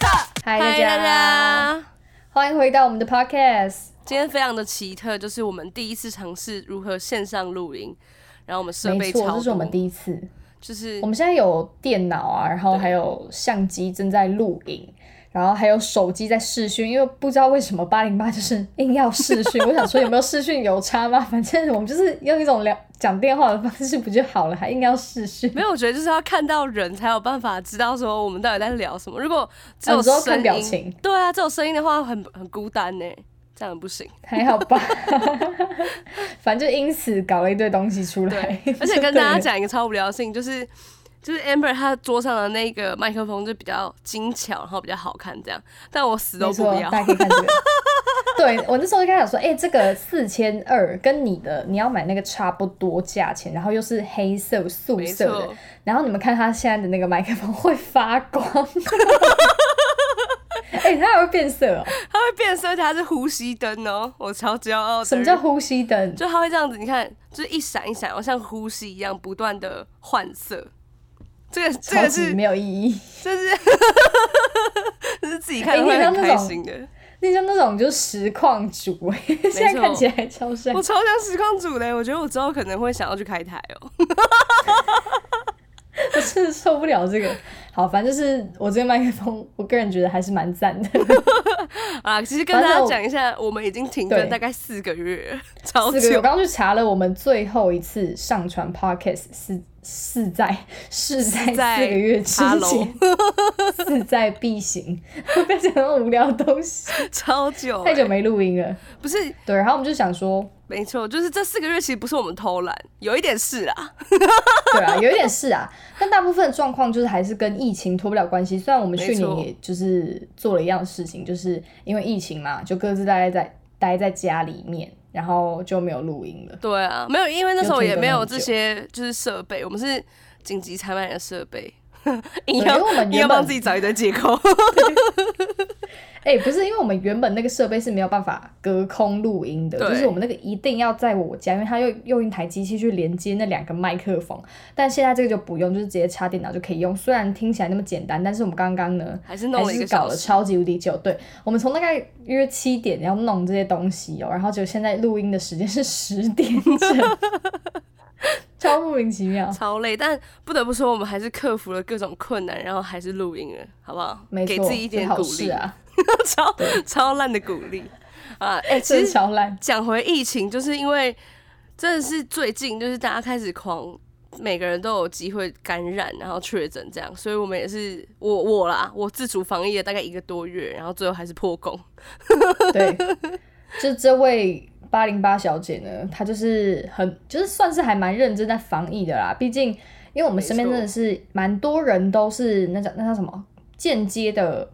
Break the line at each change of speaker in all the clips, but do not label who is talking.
嗨
嗨大家，
欢迎回到我们的 podcast。
今天非常的奇特，就是我们第一次尝试如何线上录音，然后我们设备
没错，
超
这是我们
一，
第一次。
就是
我们现在有电脑啊，然后还有相机正在录影，然后还有手机在视讯，因为不知道为什么八零八就是硬要视 讯。我想说有没有视讯有差吗？反正我们就是用一种聊讲电话的方式不就好了，还硬要视讯。
没有，我觉得就是要看到人才有办法知道说我们到底在聊什么。如果只
啊
有
你说
声
看
音，
表情
对啊，只有声音的话很很孤单呢，这样很不 行。
还好吧，反正就因此搞了一堆东西出来
对。，而且
就
跟
对
大家
了，
讲一个超无聊的事情，就是就是 Amber 她桌上的那个麦克风就比较精巧，然后比较好看这样，但我死都
没
不
错，
要。
大家可以看 这个。对我那时候就跟他讲说，哎、这个四千二跟你的你要买那个差不多价钱，然后又是黑色素
没
色的
错，，
然后你们看他现在的那个麦克风会发 光，哎、它还会变色哦、
它会变色，而且它是呼吸灯哦，我超骄傲的。
什么叫呼吸灯？
就它会这样子，你看，就是一闪一闪，然后像呼吸一样不断的换色。这个这
超
个
级
是
没有意义。
这是 这是自己看
哎
的
你
会
很像
很
那
开
种
心的。
那像那种就是实况主、现在看起来超帅
我。超像实况组的，我觉得我之后可能会想要去开台哦。
我真的受不了这个。好，反正就是我这个麦克风，我个人觉得还是蛮赞的。
啊，其实跟
反
大
正
家
我
讲一下，我们已经停更
对
大概四个月， 超
四个，
久
我。刚刚去查了，我们最后一次上传 podcast 是是在是在
是在
四个月之
Hello
前， 是在必行。 不要讲那种无聊的东西，
超久欸、
太久没录音了。
不是，
对，然后我们就想说，
没错，就是这四个月其实不是我们偷懒，有一点是啦，
对 啊，有一点是啊，但大部分的状况就是还是跟疫情脱不了关系。虽然我们去
没
年
错
也就是做了一样的事情，就是因为疫情嘛，就各自待在待在家里面，然后就没有录音了。
对啊，没有，因为那时候
有停
也
更
没有
很久
这些就是设备，我们是紧急采买的设备， 硬
因为我
要
们
硬
原
要帮
本
自己找一堆 借口，
哎、不是，因为我们原本那个设备是没有办法隔空录音的，
对
就是我们那个一定要在我家，因为它用用一台机器去连接那两个麦克风。但现在这个就不用，就是直接插电脑就可以用。虽然听起来那么简单，但是我们刚刚呢，
还是
还
弄了一
是
个
搞
小
了
时。
超级无敌久。对，我们从大概约七点要弄这些东西哦，然后就现在录音的时间是十点整， 超莫名其妙。
超累，但不得不说，我们还是克服了各种困难，然后还是录音了，好不好？
没
给
错，
自己一点
这好
鼓
事
励，
啊，
超超烂的鼓励 啊！哎、其
真
实
的超烂。
讲回疫情，就是因为真的是最近，就是大家开始狂，每个人都有机会感染，然后确诊这样，所以我们也是我我啦，我自主防疫了大概一个多月，然后最后还是破功。
对，就这位八零八小姐呢，她就是很，就是算是还蛮认真在防疫的啦。毕竟，因为我们身边
没错
真的是蛮多人都是那叫那叫什么间接的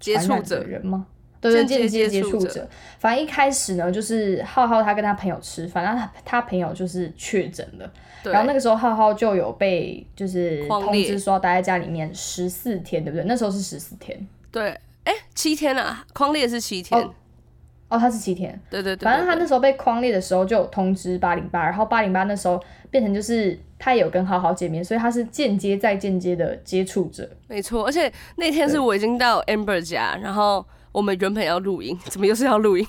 接触
传染
者
的人吗？对对，
间接
间接接
接触
触
者
者。反正一开始呢，就是浩浩他跟他朋友吃饭，然后他他朋友就是确诊了，
对，
然后那个时候浩浩就有被就是
框
通
列
知说要待在家里面十四天，对不对？那时候是十四天，
对，哎、七天啊，框列是七天，
哦哦，他是七天，
对对对
反正他
对
那时候被框列的时候就有通知八零八，然后八零八那时候变成就是他也有跟好好见面，所以他是间接再间接的接触者。
没错，而且那天是我已经到 Amber 家，然后我们原本要录音， 怎么又是要录 音？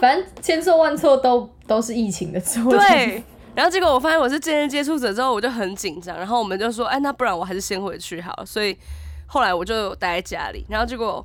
反正千错万错都都是疫情的错。
对， 然后结果我发现我是间接接触者之后，我就很紧张，然后我们就说，哎，那不然我还是先回去好了。所以后来我就待在家里，然后结果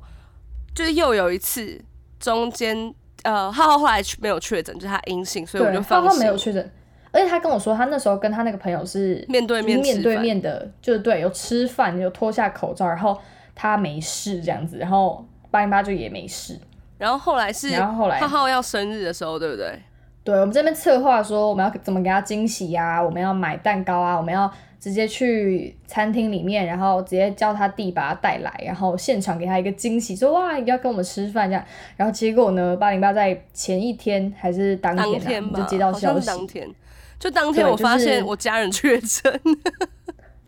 就是又有一次中间。呃，浩浩后来没有确诊，就是他阴性，所以我
对，
就
浩
放
浩
心。
没有确诊，而且他跟我说他那时候跟他那个朋友是
面对面
就是
吃
面对
饭
面的，就是对，有吃饭，有脱下口罩，然后他没事这样子，然后八零八就也没事。
然后后来是
然后后来
浩浩要生日的时候，对不对？
对，我们这边策划说我们要怎么给他惊喜呀、我们要买蛋糕啊，我们要直接去餐厅里面，然后直接叫他弟把他带来，然后现场给他一个惊喜，说哇要跟我们吃饭这样。然后结果呢，八零八在前一天还是当
当
天啊，我
天
们
吧，
就接到
好
消
像是
息，
当天，就当天
对
我发
就是
现我家人确诊，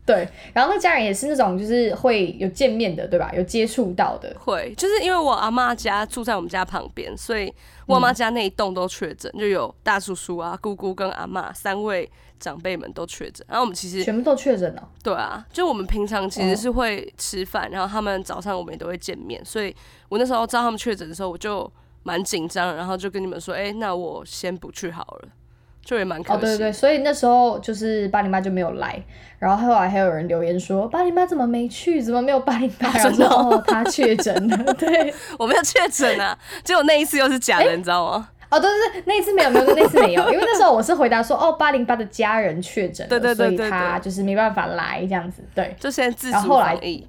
对，然后那家人也是那种就是会有见面的，对吧？有接触到的，
会，就是因为我阿妈家住在我们家旁边，所以我
嗯
阿妈家那一栋都确诊，就有大叔叔啊、姑姑跟阿妈三位长辈们都确诊。然后我们其实
全部都确诊了。
对啊，就我们平常其
哦
实是会吃饭，然后他们早上我们也都会见面，所以我那时候知道他们确诊的时候，我就蛮紧张，然后就跟你们说，哎、那我先不去好了，就也蛮可
哦，
惜。
对对对，所以那时候就是八零八就没有来，然后后来还有人留言说八零八怎么没去，怎么没有八零 八？然后
真的
说
哦
哦，他确诊 了，对，
我没有确诊啊，结果那一次又是假的，你知道吗？
哦，对对对，那一次没有，没有，那一次没有，因为那时候我是回答说哦，八零八的家人确诊了，
对对对
所
对
以他
对
就是没办法来这样子，对
就现在自
然
主
后后来
防疫。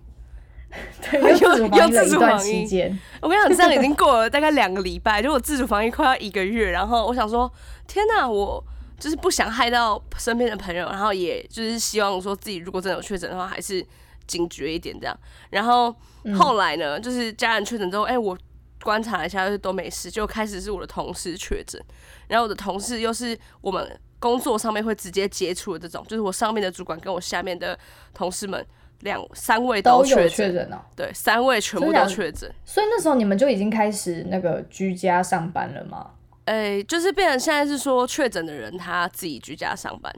对，又自主
又
防疫了
自
一
主
段
防疫
期间，
我跟你讲，这样已经过了大概两个礼拜，就我自主防疫快要一个月，然后我想说，天哪、我就是不想害到身边的朋友，然后也就是希望说自己如果真的有确诊的话，还是警觉一点这样。然后后来呢，就是家人确诊之后，哎、我观察了一下，就是都没事，就开始是我的同事确诊，然后我的同事又是我们工作上面会直接接触的这种，就是我上面的主管跟我下面的同事们两三位
都有
确
确
诊，
诊哦，
对，三位全部
真的
都
假的
确诊。
所以那时候你们就已经开始那个居家上班了吗？
诶、哎就是变成现在是说确诊的人他自己居家上班，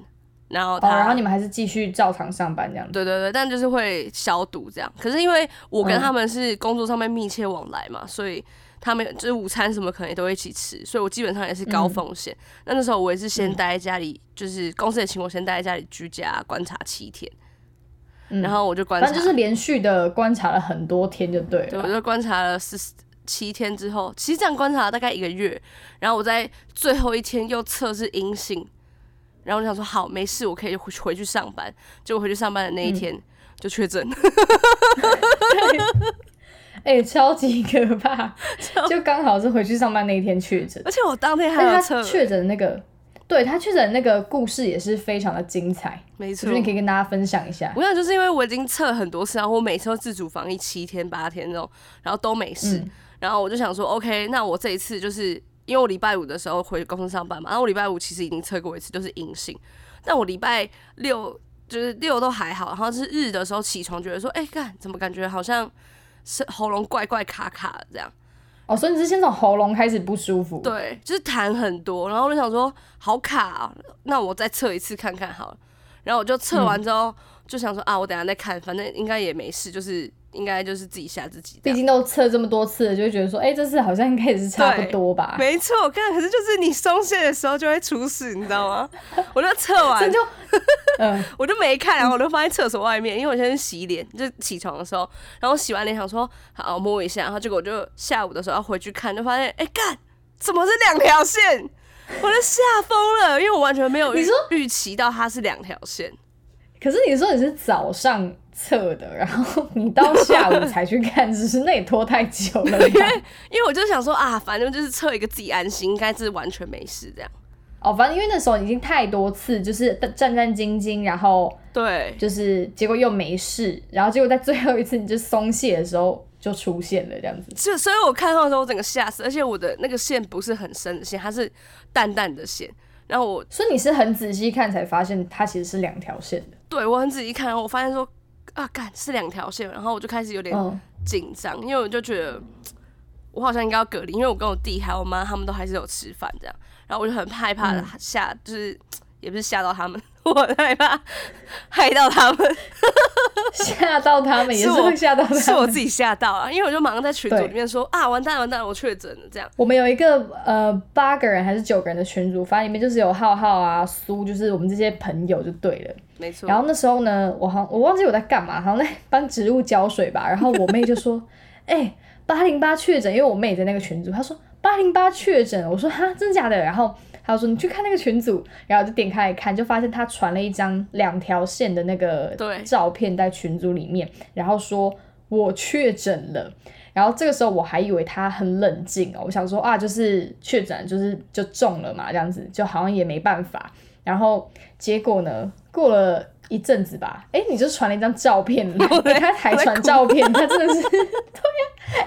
然后
哦，
他，
然后你们还是继续照常上班这样子。
对对对，但就是会消毒这样。可是因为我
嗯
跟他们是工作上面密切往来嘛，所以他们就是午餐什么可能也都会一起吃，所以我基本上也是高
嗯
风险。那那时候我也是先待在家里，就是公司也请我先待在家里居家观察七天，
嗯
然后我就观察，
反正就是连续的观察了很多天就对
对，我
了。
就观察了四十七天之后，其实这样观察了大概一个月，然后我在最后一天又测试阴性，然后我想说好没事，我可以回回去上班。结果回去上班的那一天、就确诊，
哎、超级可 怕！就刚好是回去上班那一天确诊，
而且我当天还
但
有
是他
测，
确诊的那个，对他确诊的那个故事也是非常的精彩，
没
我
错
觉得。你可以跟大家分享一下。
我想就是因为我已经测很多次，然后我每次都自主防疫七天八天那种，然后都没事，
嗯
然后我就想说，OK，那我这一次就是因为我礼拜五的时候回公司上班嘛，然后我礼拜五其实已经测过一次，就是阴性，但我礼拜六就是六都还好，然后是日的时候起床觉得说，哎、干怎么感觉好像是喉咙怪怪卡卡的这样，
哦，所以你是先从喉咙开始不舒服，，
对，就是痰很多，然后我就想说好卡、啊，那我再测一次看看好了。然后我就测完之后、就想说啊，我等一下再看，反正应该也没事，就是应该就是自己吓自己这
毕
样。
竟都测这么多次了，就会觉得说，哎、这次好像应该也是差不多吧。
没错，看，可是就是你松懈的时候就会出事，你知道吗？我就测
所以
完
就，嗯、
我就没看，然后我就放在厕所外面，因为我先去洗脸，就起床的时候，然后洗完脸想说好摸一下，然后结果我就下午的时候要回去看，就发现哎干、怎么是两条线？我就吓疯了，因为我完全没有
你
预
说
预期到它是两条线，
可是你说你是早上测的，然后你到下 午才去看，只是那也拖太久了吧。
因为我就想说啊，反正就是测一个自己安心，应该是完全没事这样。
哦，反正因为那时候已经太多次，就是战战兢兢，然后
对，
就是结果又没事，然后结果在最后一次你就松懈的时候就出现了这样子。
就所以我看到的时候我整个吓死，而且我的那个线不是很深的线，它是淡淡的线。然后我
所以你是很仔细看才发现它其实是两条线的。
对我很仔细看，然后我发现说啊，干是两条线，然后我就开始有点
嗯，
紧张，因为我就觉得嘖我好像应该要隔离，因为我跟我弟还有我妈他们都还是有吃饭这样，然后我就很害怕
嗯
吓，就是嘖也不是吓到他们， 我很害怕害到他们，
吓到他们也是
是我
会吓到 他们。
是我自己吓到啊，因为我就马上在群组里面说啊，完蛋完蛋，我确诊了这样。
我们有一个呃八个人还是九个人的群组，反正里面就是有浩浩啊、苏，就是我们这些朋友就对了。
没错，
然后那时候呢，我好像我忘记我在干嘛，好像在帮植物浇水吧。然后我妹就 说：“哎、八零八确诊，因为我妹也在那个群组，她说八零八确诊。”我说：“哈，真的假的？”然后她就说：“你去看那个群组。”然后我就点开来看，就发现她传了一张两条线的那个
对
照片在群组里面，然后说我确诊了。然后这个时候我还以为她很冷静哦，我想说啊，就是确诊，就是就中了嘛，这样子就好像也没办法。然后结果呢，过了一 阵子吧，哎，你就传了一张照片来，
我在
诶他还
我在
传
哭
照片，他真的是，对呀、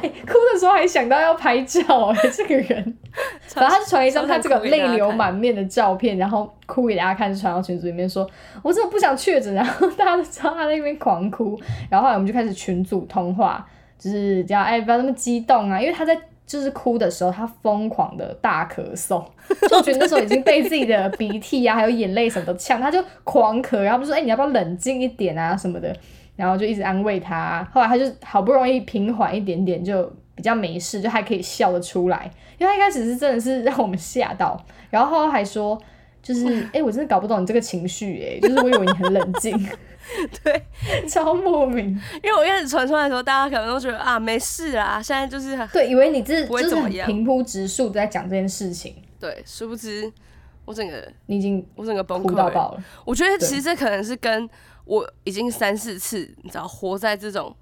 哎哭的时候还想到要拍照、 哎，这个人。
超
反正他就传一张
超
他
想
这个
哭给大家
泪流
看
满面的照片，然后哭给大家看，传到群组里面说：“我真的不想确诊。”然后大家都知道他在那边狂哭，然后后来我们就开始群组通话，就是叫哎、不要那么激动啊，因为他在就是哭的时候，他疯狂的大咳嗽， 就我觉得那时候已经被自己的鼻涕啊还有眼泪什么都呛，他就狂咳，然后就说：“哎、你要不要冷静一点啊什么的。”然后就一直安慰他，后来他就好不容易平缓一点点，就比较没事，就还可以笑得出来。因为他一开始是真的是让我们吓到，然后还说就是哎、诶我真的搞不懂你这个情绪 哎、就是我以为你很冷静，
对，
超莫名，
因为我一开始传出来的时候，大家可能都觉得啊没事啦，现在就是很
对，以为你这
不会
就是
怎么
很
样
平铺直述的在讲这件事情，
对，殊不知我整个
你已经
我整个崩
哭
溃
到爆了，
我觉得
对
其实这可能是跟我已经三四次，你知道，活在这种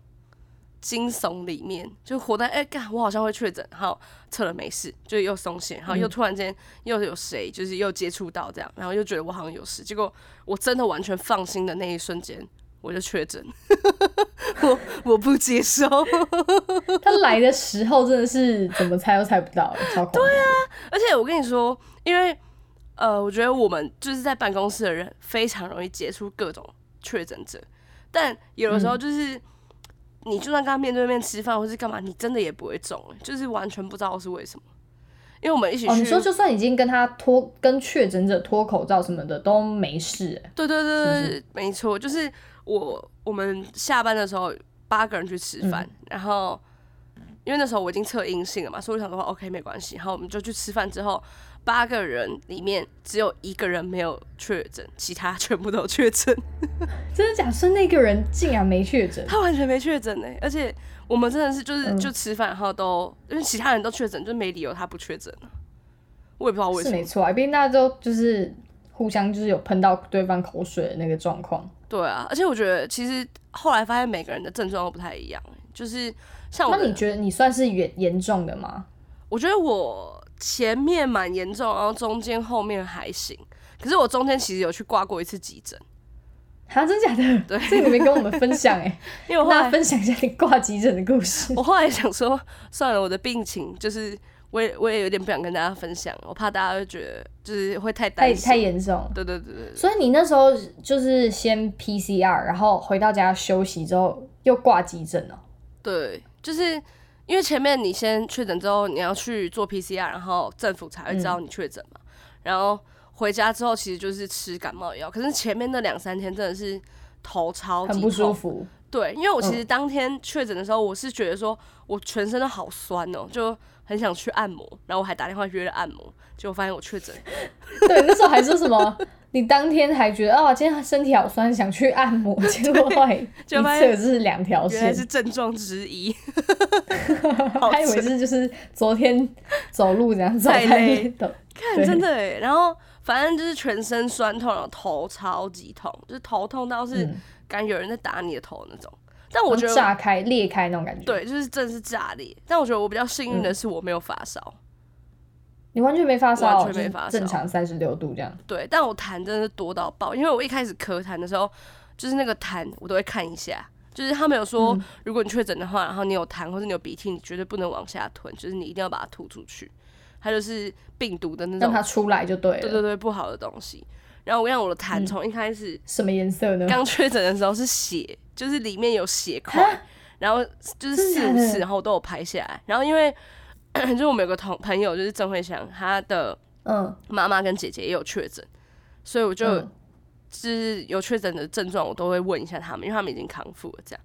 惊悚里面，就活在哎干、我好像会确诊，然后测了没事，就又松懈，然后又
嗯
突然间又有谁就是又接触到这样，然后又觉得我好像有事，结果我真的完全放心的那一瞬间。我就确诊， 我我不接受，
他来的时候真的是怎么猜都猜不 到，超恐怖。对啊，
而且我跟你说，因为呃，我觉得我们就是在办公室的人非常容易接触各种确诊者，但有的时候就是、你就算跟他面对面吃饭或是干嘛，你真的也不会中、就是完全不知道是为什么。因为我们一起去，
哦，你说就算已经跟他脱跟确诊者脱口罩什么的都没事、诶
对对对
是
对，
不
没错，就是我我们下班的时候八个人去吃饭，
嗯
然后因为那时候我已经测阴性了嘛，所以我想说 OK 没关系，然后我们就去吃饭之后，八个人里面只有一个人没有确诊，其他全部都确诊，
真的假设那个人竟然没确诊，
他完全没确诊呢，而且我们真的是就是、
嗯
就吃饭，然后都因为其他人都确诊，就没理由他不确诊啊我也不知道为
是
什么
没。错啊，毕竟大家都就是互相就是有喷到对方口水的那个状况。
对啊，而且我觉得其实后来发现每个人的症状都不太一样，欸就是像我
那
的
你觉得你算是严严重的吗？
我觉得我前面蛮严重，然后中间后面还行。可是我中间其实有去挂过一次急诊，
啊，真假的？
对
这个你没跟我们分享 哎、
因为我后
那
来
分享一下你挂急诊的故事。
我后来想说，算了，我的病情就是我也我也有点不想跟大家分享，我怕大家会觉得就是会太
太
担心。
太严重，
对对对对，
所以你那时候就是先 PCR，然后回到家休息之后又挂急诊哦、
对，就是因为前面你先确诊之后，你要去做 PCR，然后政府才会知道
嗯
你确诊嘛。然后回家之后，其实就是吃感冒药。可是前面那两三天真的是头超级
很不舒
痛
服。
对，因为我其实当天确诊的时候，我是觉得说我全身都好酸哦、就很想去按摩，然后我还打电话约了按摩，结果发现我确诊。
对，那时候还说什么？你当天还觉得哦，今天身体好酸，想去按 摩，结果后来一
就发
测
现
就是两条
原
线
来，是症状之一， 好
还以为
扯
是就是昨天走路怎样走
太累
的。
看
对
真的哎、然后反正就是全身酸痛，然后头超级痛，就是头痛到是
嗯哦
感觉有人在打你的头那种。但我觉得
炸开、裂开那种感觉。，
对，就是真的是炸裂。但我觉得我比较幸运的是我没有发烧，
你完全没发烧哦，
完全没发烧
就是正常三十六度这样。
对，但我痰真的是多到爆，因为我一开始咳痰的时候，就是那个痰我都会看一下，就是他们有说，
嗯
如果你确诊的话，然后你有痰或者你有鼻涕，你绝对不能往下吞，就是你一定要把它吐出去，它就是病毒的那
让它
种，
出来就对了。
对对对，不好的东西。然后我让我的
嗯
痰从一开始
什么颜色呢？
刚确诊的时候是血，就是里面有血块，然后就是四
真
五
的假的
次，然后我都有拍下来。然后因为 就是我们有个同朋友，就是郑慧祥，她的
嗯，
妈妈跟姐姐也有确诊，所以我就、
嗯
就是有确诊的症状，我都会问一下他们，因为他们已经康复了这样。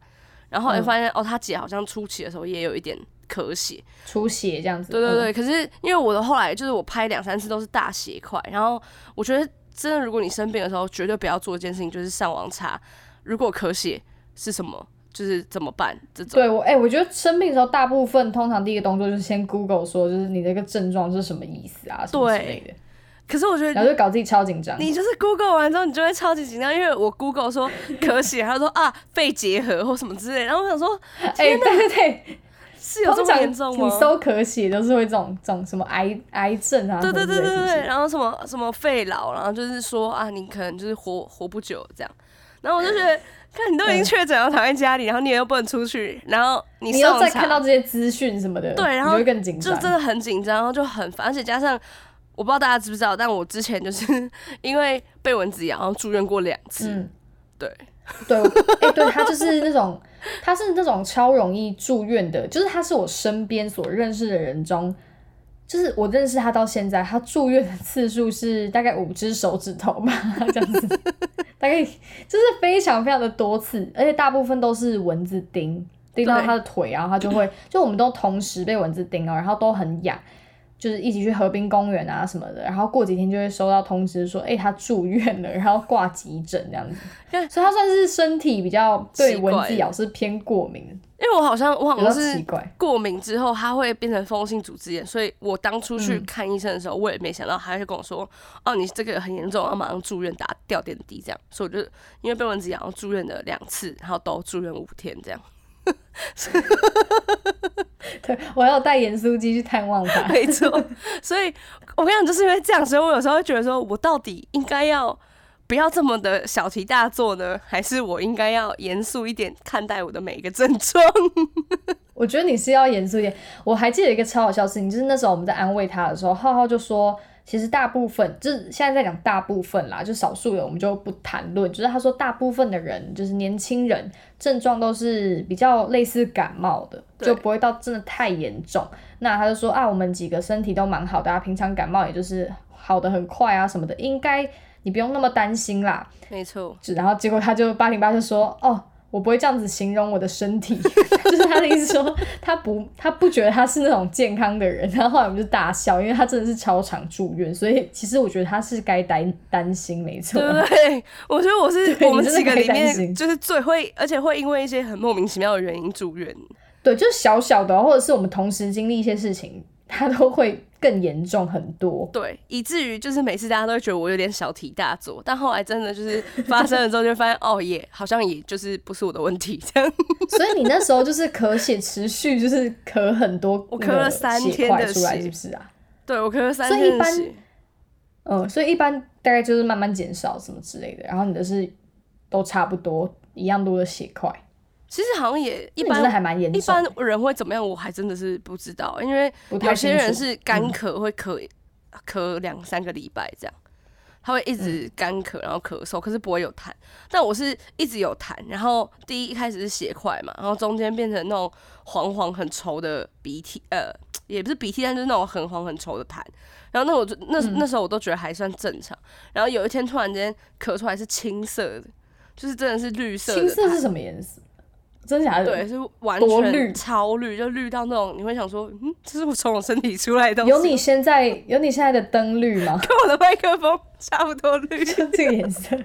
然后后来
嗯
发现、哦，他姐好像初期的时候也有一点咳血，
出血这样子。
对对
嗯，
对。可是因为我的后来就是我拍两三次都是大血块，然后我觉得真的，如果你生病的时候，绝对不要做一件事情，就是上网查，如果咳血是什么，就是怎么办这种。
对我哎、我觉得生病的时候，大部分通常第一个动作就是先 Google 说，就是你这个症状是什么意思啊，什么之类的，
可是我觉
然
得
后就搞自己超紧张。
你就是 Google 完之后，你就会超级紧张，因为我 Google 说咳血， 他说啊肺结核或什么之类，然后我想说
哎、对对对，
是有这
通
么
常
严重吗
你？搜咳血都是会这种这种什么癌癌症啊，
对对
什么
对
之类
对
是不
对，
是？
然后什么什么肺痨，然后就是说啊，你可能就是活活不久这样。然后我就觉得看你都已经确诊，然后躺在家里，然后你也又不能出去，然后你
你
上
又
场
再看到这些资讯什么的，
对然后
你就会更紧
就
张。
真的很紧张，然后就很烦，而且加上我不知道大家知不知道，但我之前就是因为被蚊子咬，然后住院过两次。
嗯，
对，
对，哎、对他就是那种，他是那种超容易住院的，就是他是我身边所认识的人中，就是我认识他到现在，他住院的次数是大概五只手指头吧，这样子，大概就是非常非常的多次，而且大部分都是蚊子叮叮到
对
他的腿，啊然后他就会，就我们都同时被蚊子叮哦，然后都很痒。就是一起去河滨公园啊什么的，然后过几天就会收到通知说，哎、他住院了，然后挂急诊这样子。所以他算是身体比较对蚊子咬是偏过敏，
因为我好像哦我好
比较
像是
奇怪。
过敏之后，它会变成风性组织炎，所以我当初去
嗯
看医生的时候，我也没想到他会跟我说，哦，你这个很严重，要马上住院打吊点滴这样。所以我就因为被蚊子咬，住院了两次，然后都住院五天 这样。
对我还有带盐酥鸡去探望他，
没错，所以我跟你讲，就是因为这样，所以我有时候会觉得说，我到底应该要不要这么的小题大做呢？还是我应该要严肃一点看待我的每一个症状？
我觉得你是要严肃一点。我还记得一个超好笑的事情，就是那时候我们在安慰他的时候，浩浩就说，其实大部分就是现在在讲大部分啦，就少数人我们就不谈论。就是他说大部分的人，就是年轻人症状都是比较类似感冒的，
对
就不会到真的太严重。那他就说啊，我们几个身体都蛮好的啊，平常感冒也就是好的很快啊什么的，应该你不用那么担心啦。
没错，
然后结果他就八零八就说：“哦，我不会这样子形容我的身体， 就是他的意思说他不他不觉得他是那种健康的人。”然后后来我们就大笑，因为他真的是超常住院，所以其实我觉得他是该担担心，没错。
对，啊我觉得我是
对
我们
你真
几
的
个
可以
里
担
面
心
就是最会，而且会因为一些很莫名其妙的原因住院。
对，就是小小的，哦或者是我们同时经历一些事情，他都会更严重很多。
对，以至于就是每次大家都会觉得我有点小题大做，但后来真的就是发生了之后，就发现哦，也好像也就是不是我的问题这样。
所以你那时候就是咳血持续，就是咳很多，
我咳了三天的
出来，
血
是不是啊？
对我咳了三
所以一
天的
般
血。
嗯，所以一般大概就是慢慢减少什么之类的，然后你的是都差不多一样多的血块，
其实好像也一
那你真的还
般，
蛮严
一
重
般
的。
人会怎么样，我还真的是不知道，因为
不太
有些人
清楚嗯
是干咳会咳咳两三个礼拜这样，他会一
嗯
直干咳，然后咳嗽，可是不会有痰。但我是一直有痰，然后第一一开始是血块嘛，然后中间变成那种黄黄很稠的鼻涕，呃，也不是鼻涕，但就是那种很黄很稠的痰。然后那我就那
嗯
那时候我都觉得还算正常，然后有一天突然间咳出来是青色的，就是真的是绿色的
青色
痰
是什么颜色？真假的？
对，，是完
多
全
绿
超绿，就绿到那种你会想说，嗯，这是我从我身体出来的东西，？
有你现在有你现在的灯绿吗
跟我的麦克风差不多绿，
就这个颜色，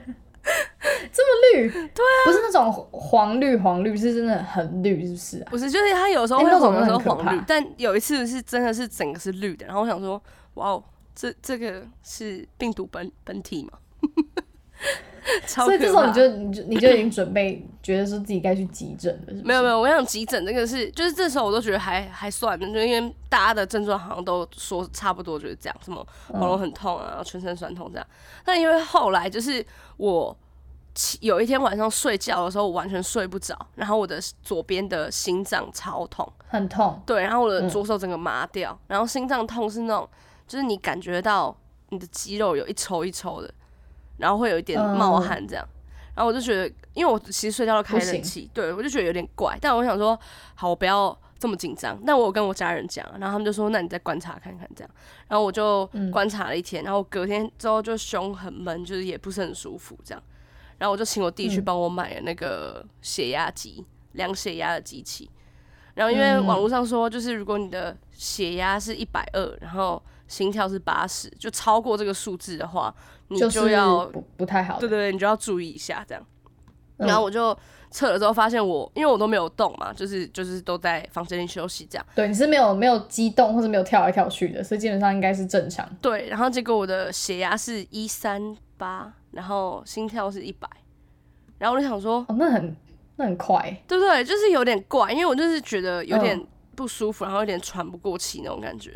这么绿？对啊，不是那种黄绿黄绿，是真的很绿，是不是啊？
不是，就是它有时候
哎
会
那
红，
种
有时候
很可
黄绿
怕，
但有一次是真的是整个是绿的，然后我想说，哇哦，这这个是病毒本本体嘛， 超
所以这
可
时候
怕
你就你就你就已经准备觉得说自己该去急诊了，是不是？
没有没有，我想急诊这个是，就是这时候我都觉得还还算的，就因为大家的症状好像都说差不多就是这样，什么
嗯
喉咙很痛啊，全身酸痛这样。但因为后来就是我起有一天晚上睡觉的时候，我完全睡不着，然后我的左边的心脏超痛，
很痛，
对，然后我
嗯
的左手整个麻掉，然后心脏痛是那种，就是你感觉到你的肌肉有一抽一抽的，然后会有一点
嗯
冒汗这样。然后我就觉得，因为我其实睡觉都开
不行
冷气，对我就觉得有点怪，但我想说，好，我不要这么紧张。但我有跟我家人讲，然后他们就说，那你再观察看看这样。然后我就
嗯
观察了一天，然后隔天之后就胸很闷，就是也不是很舒服这样。然后我就请我弟
嗯
去帮我买了那个血压机，量血压的机器。然后
嗯
因为网络上说，就是如果你的血压是一百二，然后心跳是八十，就超过这个数字的话，你
就是
要
不不太好
对
的。
对对，你就要注意一下这样。
嗯
然后我就测了之后，发现我因为我都没有动嘛，就是就是都在房间里休息这样。
对，你是没有没有激动或者没有跳来跳去的，所以基本上应该是正常。
对，然后结果我的血压是一三八，然后心跳是一百，然后我就想说，
哦，那很那很快，
对不对？就是有点怪，因为我就是觉得有
嗯
点不舒服，然后有点喘不过气那种感觉。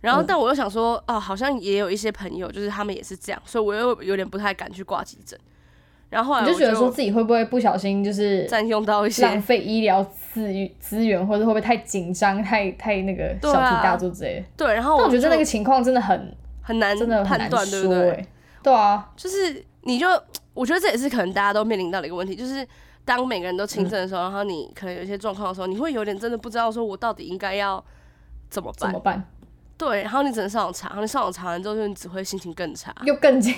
然
嗯
后，但我又想说，哦、好像也有一些朋友，就是他们也是这样，所以我又有点不太敢去挂急诊。然后后来
你
我
就觉得说自己会不会不小心就是
占用到
浪
一些，
费医疗资源资源，或者会不会太紧张、太太那个
对
小
啊
题大做之类的？
对，然后
但我
就
觉得那个情况真的很
很难
真的很
判
难
断，对不
说
对？
欸对啊，
就是你就，我觉得这也是可能大家都面临到的一个问题，就是当每个人都
嗯
轻症的时候，然后你可能有一些状况的时候，你会有点真的不知道说我到底应该要怎么
怎
办
么。办？
对，然后你只能上网查，然后你上网查完之后，就你只会心情更差。
又更加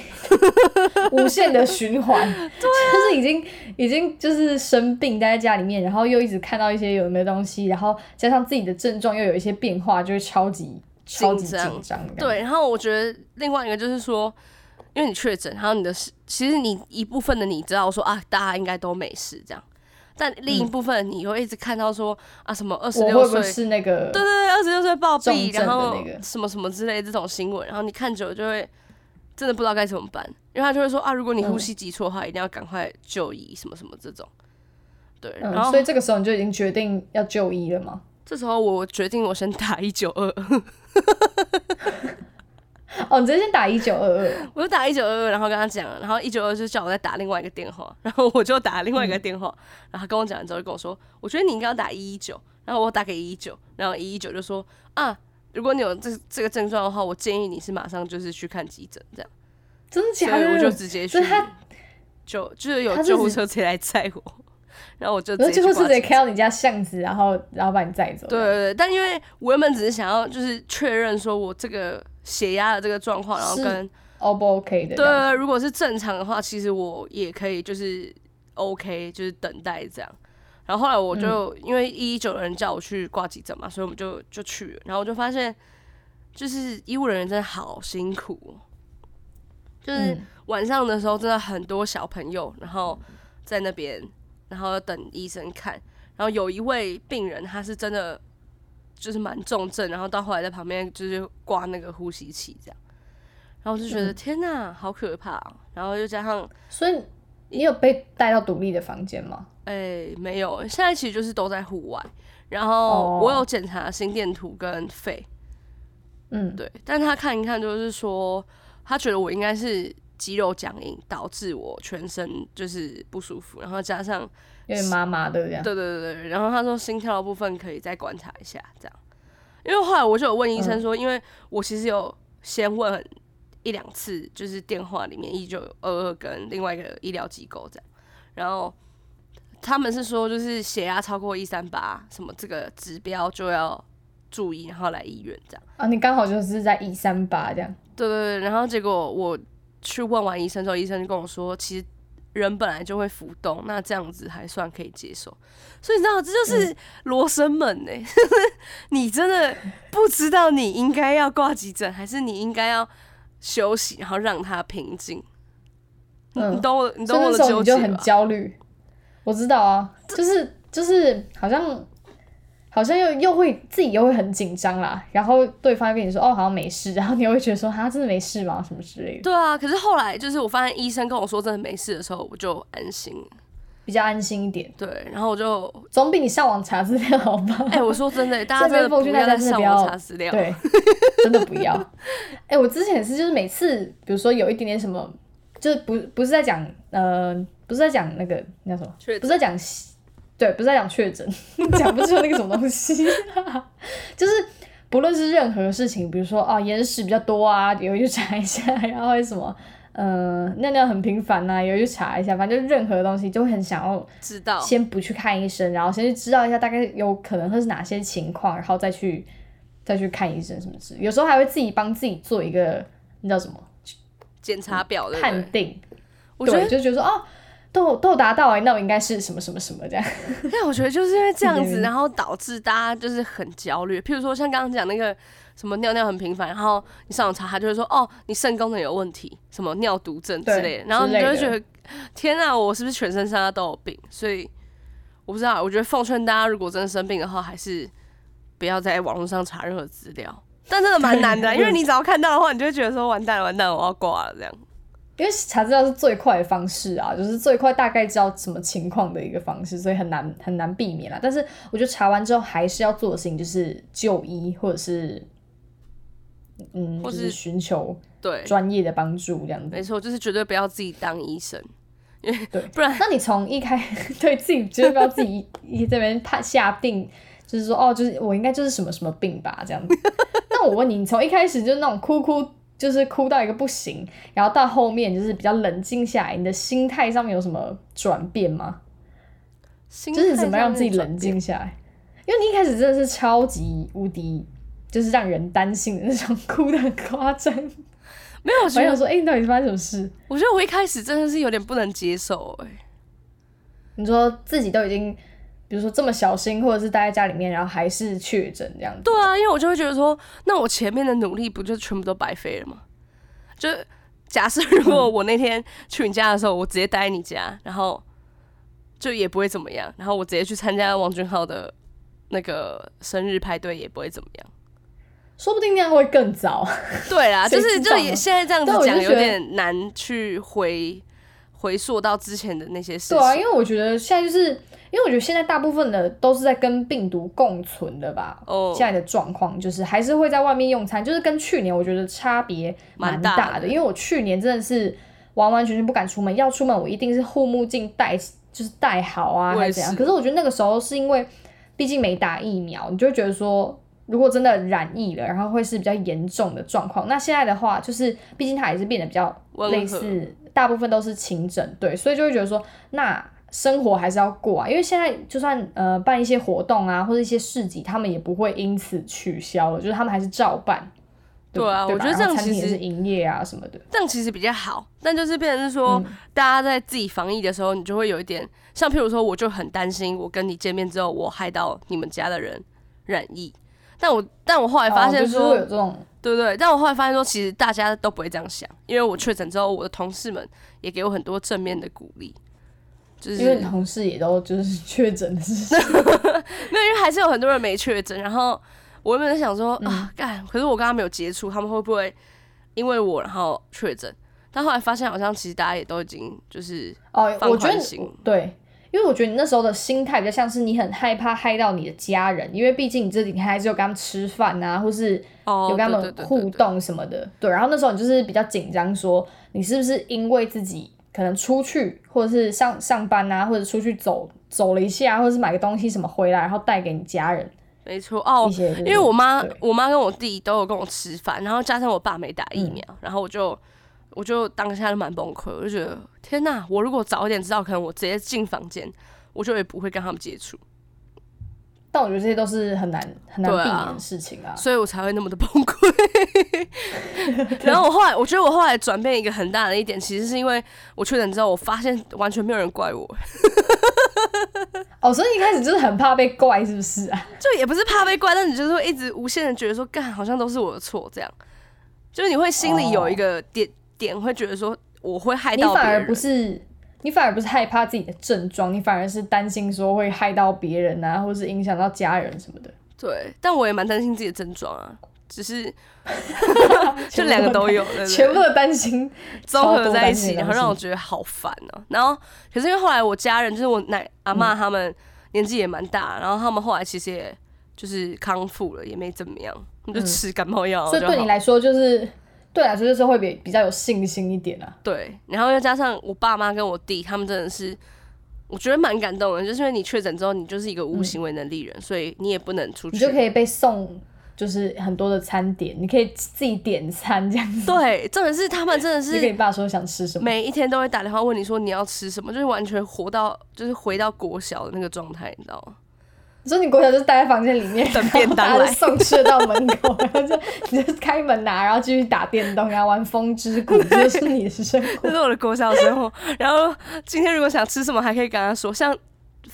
无限的循 环，
啊
就是已经已经就是生病待在家里面，然后又一直看到一些有没有东西，然后加上自己的症状又有一些变化，就会超级超级
紧
紧
张
张的感觉。
对，然后我觉得另外一个就是说，因为你确诊，然后你的是其实你一部分的你知道说啊，大家应该都没事这样，但另一部分你会一直看到说、啊什么二
嗯
十
我
六
会不会
岁，
是那个嗯
对对对，二十六岁暴
重
毙，
症
然
的
后
那个
什么什么之类这种新闻，然后你看久了就会真的不知道该怎么办，因为他就会说啊，如果你呼
嗯
吸急促的话，一定要赶快就医什么什么这种。对，然
嗯，
后
所以这个时候你就已经决定要就医了吗？
这时候我决定我先打一九二，
哦，你直接先打一九二 二，
我就打一九二二，然后跟他讲了，然后一九二就叫我再打另外一个电话， 然后我就打另外一个电话，然后他跟我讲完之后就跟我说，我觉得你应该要打一一九，然后我打给一一九，然后一一九就说啊，如果你有这这个症状的话，我建议你是马上就是去看急诊这样，
真的
所
假
以我就
的？
直接去
所以他，
就就是有
他是
救护
指
车直接来载我，然后我就
然后
接
最后
去
是
挂
直接
急
开到你家巷子，然后然后把你载走。
对，对对，但因为我原本只是想要就是确认说我这个血压的这个状况，然后
是
跟
O 哦不 OK 的？
对，如果是正常的话，其实我也可以就是 OK，就是等待这样。然后后来我就、因为一一九的人叫我去挂急诊嘛，所以我们就就去了。然后我就发现，就是医务人员真的好辛苦、哦，就是
嗯
晚上的时候真的很多小朋友，然后在那边，然后等医生看。然后有一位病人，他是真的就是蛮重症，然后到后来在旁边就是挂那个呼吸器这样。然后我就觉得、
嗯
天哪，好可怕、哦！然后又加上，
所以你有被带到独立的房间吗？
哎、没有，现在其实就是都在户外。然后
哦
我有检查心电图跟肺，
嗯，
对，但他看一看就是说，他觉得我应该是肌肉僵硬导致我全身就是不舒服，然后加上
有点麻麻的这样。
对对对对，然后他说心跳的部分可以再观察一下，这样。因为后来我就有问医
嗯
生说，因为我其实有先问一两次，就是电话里面一九二二跟另外一个医疗机构这样，然后他们是说就是血压超过一三八什么这个指标就要注意，然后来医院这样。
啊，你刚好就是在一三八这样。
对对对，然后结果我去问完医生之后，医生就跟我说，其实人本来就会浮动，那这样子还算可以接受。所以你知道，这
嗯
就是罗生门呢、欸 你真的不知道你应该要挂急诊，还是你应该要休息，然后让它平静。你
嗯
你懂我，你
所以
懂我
那
的
时候
纠
你
结
就很
吧？
焦虑。我知道啊，就是就是好像好像又又会自己又会很紧张啦，然后对方又跟你说哦好像没事，然后你又会觉得说他真的没事吗？什么之类的，
对啊，可是后来就是我发现医生跟我说真的没事的时候，我就安心了。
比较安心一点，
对，然后我就
总比你上网查资料好吧？
哎、我说真的，大家
这边
真的不
奉劝大
要
家
再
真的
上
不
网
要
查资料。
对，真的不要。 哎、我之前也是，就是每次比如说有一点点什么，就是不不是在讲呃，不是在讲那个那叫什么，
确诊
不是在讲对，不是在讲确诊， 讲不出那个什么东西，就是。不论是任何事情，比如说哦眼屎比较多啊，有去查一下，然后还有什么呃尿尿很频繁呐、有去查一下，反正就任何东西就会很想要
知道，
先不去看医生，然后先去知道一下大概有可能会是哪些情况，然后再去再去看医生什么之类。有时候还会自己帮自己做一个那叫什么
检查表对不
判
对？
定，
我觉得
对，，就觉得说哦，都有都有达到哎、那我应该是什么什么什么这样。
但我觉得就是因为这样子，
对
然后导致大家就是很焦虑。譬如说像刚刚讲那个什么尿尿很频繁，然后你上网查，他就会说哦，你肾功能有问题，什么尿毒症之
对
类的，然后
之
你就会
类
觉
的
得天啊，我是不是全身上下都有病？所以我不知道，我觉得奉劝大家，如果真的生病的话，还是不要在网络上查任何资料。但真的蛮难的，因为你只要看到的话，你就会觉得说完蛋了，完蛋了，我要挂了这样。
因为查资料是最快的方式啊，就是最快大概知道什么情况的一个方式，所以很难很难避免啦。但是我觉得查完之后还是要做的事情就是就医，或者是嗯，
或
就是是寻求
对，
专业的帮助这样子
没。错，就是绝对不要自己当医生，
对，
不然
那你从一开对自己就是不要自己一这边判下定，就是说哦，就是我应该就是什么什么病吧这样子。那我问你，你从一开始就那种哭哭，就是哭到一个不行，然后到后面就是比较冷静下来，你的心态上面有什么转变吗？
就
就是怎么让自己冷静下来？因为你一开始真的是超级无敌，就是让人担心的那种，哭的很夸张。
没有，我
我
觉得
想说，哎、你到底是发生什么事？
我觉得我一开始真的是有点不能接受哎、
你说自己都已经，比如说这么小心，或者是待在家里面，然后还是确诊这样子。
对啊，因为我就会觉得说，那我前面的努力不就全部都白费了吗？就假设
嗯
如果我那天去你家的时候，我直接待在你家，然后就也不会怎么样，然后我直接去参加王俊浩的那个生日派对也不会怎么样。
说不定那样会更早。
对啦，就
谁
是
知
就
道
也
呢
现在这样子
对我就
讲，
觉
有
得
点难去回回溯到之前的那些事情。
对啊，因为我觉得现在就是，因为我觉得现在大部分的都是在跟病毒共存的吧。
哦
现在的状况就是还是会在外面用餐，就是跟去年我觉得差别蛮
蛮大
大
的
的，因为我去年真的是完完全全不敢出门，要出门我一定是护目镜戴，就是戴好啊，
我也
还是怎样。
是
可是我觉得那个时候是因为毕竟没打疫苗，你就会觉得说。如果真的染疫了，然后会是比较严重的状况。那现在的话，就是毕竟它也是变得比较
温和
类似，大部分都是轻症，对，所以就会觉得说，那生活还是要过啊。因为现在就算呃办一些活动啊，或者一些市集，他们也不会因此取消了，就是他们还是照办。
对啊
对
我
吧
觉得这
然
样
后餐厅
其
也
实
是营业啊什么的，
这样其实比较好，但就是变成是说，
嗯
大家在自己防疫的时候，你就会有一点，像譬如说，我就很担心，我跟你见面之后，我害到你们家的人染疫。但我但我后来哎发
哦
现
就是
说，
会有这种
对对，但我后来发现说，其实大家都不会这样想，因为我确诊之后，我的同事们也给我很多正面的鼓励，就是
因为同事也都就是确诊的事情，
没有，因为还是有很多人没确诊。然后我原本在想说、
嗯
啊，干，可是我跟他没有接触，他们会不会因为我然后确诊？但后来发现好像其实大家也都已经就是
哦，
放
我觉
宽
得
心。
对，因为我觉得你那时候的心态比较像是你很害怕害到你的家人，因为毕竟你这几天还是有跟他们吃饭啊，或是
哦，
有跟他
对
们
对对对
互动什么的。对，然后那时候你就是比较紧张，说你是不是因为自己可能出去或者是上上班啊，或者出去走走了一下，或者是买个东西什么回来，然后带给你家人
没错哦
一。些就是、
因为我妈
对、
我妈跟我弟都有跟我吃饭，然后加上我爸没打
嗯
疫苗，然后我就我就当下就蛮崩溃，我就觉得天呐，我如果早一点知道，可能我直接进房间，我就也不会跟他们接触，
但我觉得这些都是很难很难
对
避
啊
免的事情啊。
所以我才会那么的崩溃。 然后我后来，我觉得我后来转变一个很大的一点，其实是因为我确诊之后，我发现完全没有人怪我，
哦，所以你一开始就是很怕被怪，是不是啊？
就也不是怕被怪，但你就是会一直无限的觉得说，干好像都是我的错这样，就是你会心里有一个点、点，会觉得说我会害
哦你
到别
反而
人，
不是。你反而不是害怕自己的症状，你反而是担心说会害到别人啊，或是影响到家人什么的。
对，但我也蛮担心自己的症状啊，只是 就两个都有，对对对
全部的担心
综
超
合在一起，
多担心的东西
然后让我觉得好烦哦、然后，可是因为后来我家人，就是我奶阿
嗯
嬷他们年纪也蛮大，然后他们后来其实也就是康复了，也没怎么样，我们就吃感冒药、
嗯所以
哦就好
对你来说就是，对来说就是会比比较有信心一点啊。
对，然后又加上我爸妈跟我弟，他们真的是我觉得蛮感动的，就是因为你确诊之后，你就是一个无行为能力人，所以你也不能出
你
去
就。可以被送，就是很多的餐点，你可以自己点餐这样子，
对，重点是他们真的
就跟
是
你爸说想吃什么。
每一天都会打电话问你说你要吃什么，就是完全活到就是回到国小的那个状态，你知道吗？
你说你国小就是待在房间里面
等便当
然后
来
把它送吃的到门口，然后就你就开门拿，然后继续打电动，然啊后玩《风之谷》，这就是你的生活
这。是我的国小生活。然后今天如果想吃什么，还可以跟他说。像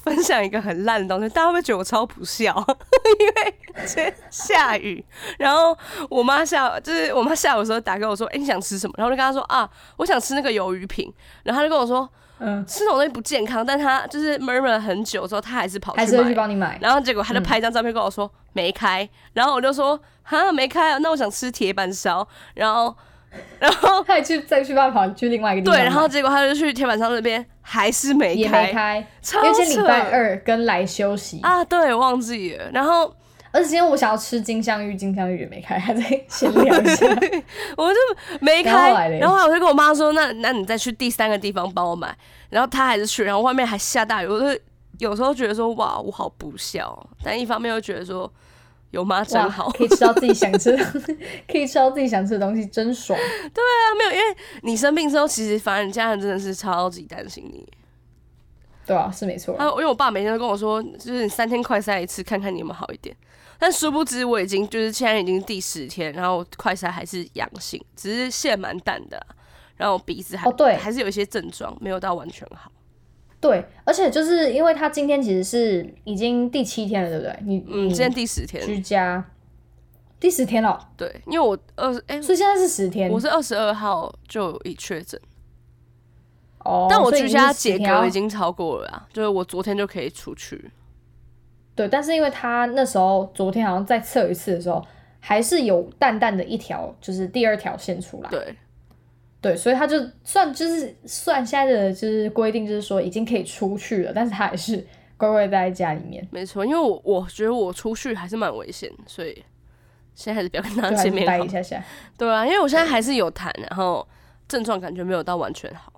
分享一个很烂的东西，大家会不会觉得我超不孝？ 因为今天下雨，然后我妈下就是我妈下午的时候打给我说：“哎、你想吃什么？”然后我就跟她说：“啊，我想吃那个鱿鱼饼。”然后她就跟我说
嗯，：“
吃那种东西不健康。”但她就是 murmur 了很久之后，她还是跑去
还是会去
买。
帮你买。嗯
然后结果她就拍一张照片跟我说、没开，然后我就说哈没开啊，那我想吃铁板烧，然后然后
他还去再去办法去另外一个地方
对，
买，
然后结果他就去铁板烧那边，还是没
嗯也没开，
超
因为今天
扯
礼拜二跟来休息
啊啊，对，忘记了。然后
而且今天我想要吃金香芋，金香芋也没开， 还在闲聊一下。
我就没
然后
开
后来，嘞
然后我就跟我妈说，那那你再去第三个地方帮我买，然后她还是去，然后外面还下大雨，我就有时候觉得说哇，我好不孝哦，但一方面又觉得说有妈
哇
真好，
可以吃到自己想吃的， 可以吃到自己想吃的东西，真爽。
啊，没有，因为你生病之后，其实反而你家人真的是超级担心你。
对啊，是没错。
他因为我爸每天都跟我说，就是你三天快筛一次，看看你有没有好一点。但殊不知我已经就是现在已经第十天，然后快筛还是阳性，只是线蛮淡的啊、然后我鼻子还、
哦对
还是有一些症状，没有到完全好。
对，而且就是因为他今天其实是已经第七天了，对不对？你
嗯，
你
今天第十天，
居家第十天了，
对，因为我二十哎，
所以现在是十天。
我是二十二号就已确诊，
哦，
但我
所以
居
你是
家
10
解
天要哦
隔已经超过了啊，就是我昨天就可以出去。
对，但是因为他那时候昨天好像再测一次的时候，还是有淡淡的一条，就是第二条线出来。
对，
对，所以他就算就是算现在的就是规定，就是说已经可以出去了，但是他还是乖乖待在家里面，
没错，因为我我觉得我出去还是蛮危险，所以现在还是不要跟
就
大 家
还
见
是
面
待
好
啊一。下下。
对啊，因为我现在还是有痰，然后症状感觉没有到完全好。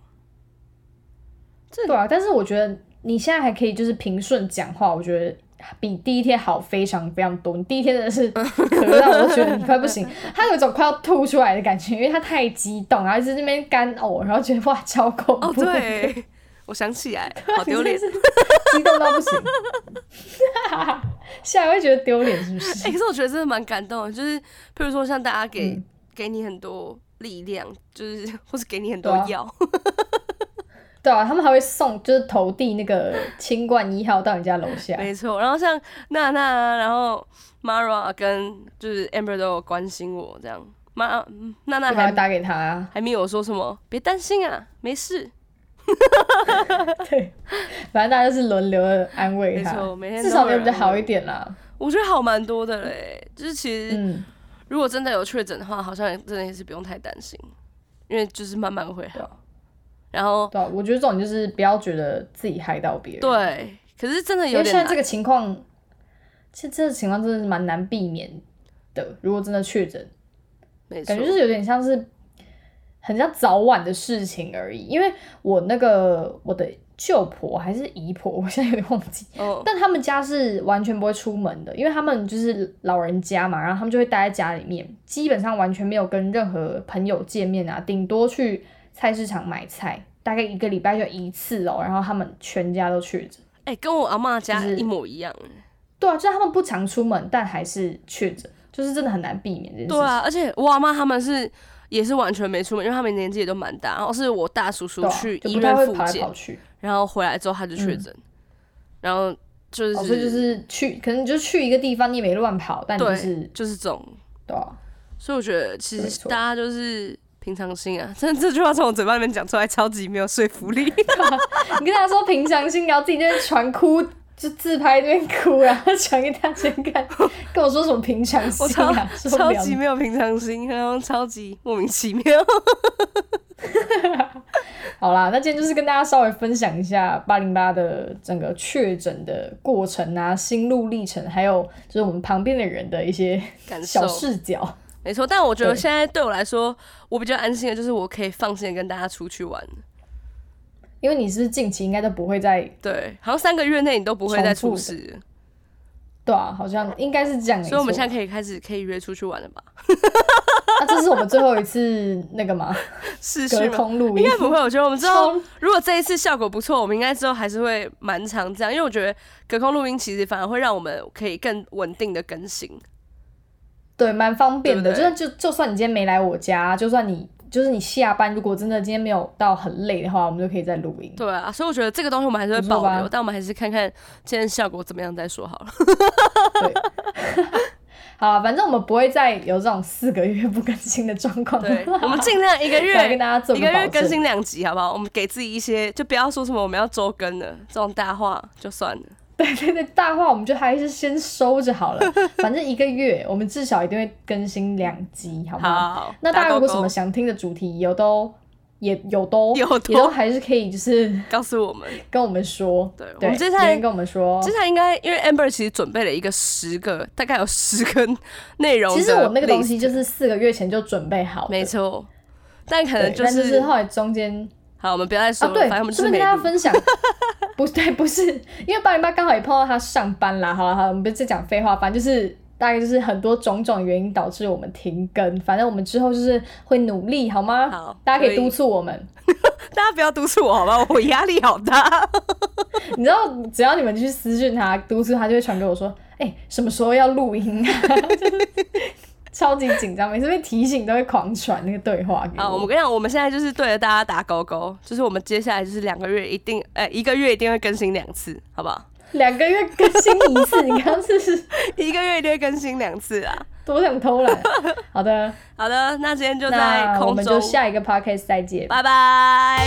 对啊，但是我觉得你现在还可以就是平顺讲话，我觉得。比第一天好非常非常多，你第一天真的 是咳到我都觉得你快不行，他有一种快要吐出来的感觉，因为他太激动，然后一直在那边干呕，然后觉得哇超恐怖。
哦，对，我想起来，好丢脸。
真是 激动到不行， 现在会觉得丢脸是不
哎、
是？
可是我觉得真的蛮感动的，就是譬如说像大家给、给你很多力量，就是 或是给你很多
对啊
药，
对啊，他们还会送，就是投递那个清冠一号到你家楼下。
没错。然后像娜娜啊，然后 Mara 啊跟就是 Amber 都有关心我这样。妈，嗯娜娜
我还
还
会打给他、啊，
还没有说什么，别担心啊，没事。
反正大家就是轮流的安慰他
没错每，天都
至少没有
有人
比较好一点啦。
我觉得好蛮多的嘞，就是其实
嗯，
如果真的有确诊的话，好像也真的也是不用太担心，因为就是慢慢会
啊
好。然后
对啊、我觉得这种就是不要觉得自己害到别人，，
对，可是真的
因
有
为
点
现在
难
这个情况，其实这个情况真的是蛮难避免的。如果真的确诊，
没错
感觉，就是有点像是很像早晚的事情而已。因为我那个我的舅婆还是姨婆，我现在有点忘记，
哦，
但他们家是完全不会出门的，因为他们就是老人家嘛，然后他们就会待在家里面，基本上完全没有跟任何朋友见面啊，顶多去菜市场买菜，大概一个礼拜就一次哦。然后他们全家都确诊，
哎、跟我阿嬷家
就是
一模一样。
对啊，就是他们不常出门，但还是确诊，就是真的很难避免这件事情。
对啊，而且我阿嬷他们是也是完全没出门，因为他们年纪也都蛮大。然后是我大叔叔
对啊
去
就
医
不太
院
会
复
跑来
健
跑，去。嗯
然后回来之后他就确诊，然后就是、
哦，所以就是去，可能你就去一个地方，你也没乱跑，但你就
对，
是
就是这种。
对啊，
所以我觉得其
没
实
错
大家就是平常心啊，真的这句话从我嘴巴里面讲出来，超级没有说服力。
你跟他说平常心，然后自己在那边传哭，就自拍那边哭，然 后传给大家看，跟我说什么平常
我
心
超
啊，受不
超
了
级
你。
没有平常心， 然后超级莫名其妙。
好啦，那今天就是跟大家稍微分享一下八零八的整个确诊的过程啊，心路历程，还有就是我们旁边的人的一些
感受
小视角。
没错，但我觉得
对
现在对我来说，我比较安心的就是我可以放心的跟大家出去玩。
因为你是不是近期应该都不会再
对，好像三个月内你都不会再出事，
对啊，好像应该是这样没错。
所以我们现在可以开始可以约出去玩了吧？
啊，这是我们最后一次那个 嘛，
是是
隔
吗？
空录音
应该不会，我觉得我们之后
超
如果这一次效果不错，我们应该之后还是会蛮常这样，因为我觉得隔空录音其实反而会让我们可以更稳定的更新。
对，蛮方便的。
对不对
就算就就算你今天没来我家，就算你就是你下班，如果真的今天没有到很累的话，我们就可以再录 音。
对啊，所以我觉得这个东西我们还是会
不错吧
保留，但我们还是看看今天效果怎么样再说好了。
对， 好啊，反正我们不会再有这种四个月不更新的状况。
对，我们尽量一个
来
月
跟大家做
一
个
个
保
月
证。
更新两集，好不好？我们给自己一些，就不要说什么我们要周更了这种大话，就算了。
对对对， 大话我们就还是先收着好 了。反正一个月我们至少一定会更新两集，好吗？
好，
嗯那大家
打
如
勾
果什
勾
么想听的主题，有都也有都
有都
也都还是可以，就是
告诉我们。
跟我们说，
对我
对，
们接下来
留言跟我们说
接。下来应该因为 Amber 其实准备了一个十个，大概有十个内 容。
其实我那个东，西就是四个月前就准备好的，
没错，但可
对，
能就
但
是
就是后来中间
好，我们不要再说
啊，
了，
对
反正我，们就
顺
是没
便跟大家
录。
分 享，不 对，不是，因为八零八刚好也碰到他上班啦，好了好了，我们不是讲废话，反正就是大概就是很多种种原因导致我们停更，反正我们之后就是会努力，好吗？
好
大家可
可以
以督促我们，
大家不要督促我好吧，我压力好 大。
你知道，只要你们去私讯他督促他，就会传给我说，哎、什么时候要录音啊？ 就是超级紧张，每次被提醒都会狂传那个对话给
好，我
我
们跟你讲，我们现在就是对着大家打勾勾，就是我们接下来就是两个月一定，呃，一个月一定会更新两次，好不好？
两个月更新一次，你刚刚是
一个月一定会更新两次啊。
多想偷懒？好 的，
好的，那今天就在
那我
空
们
中
就，下一个 podcast 再见，
拜拜。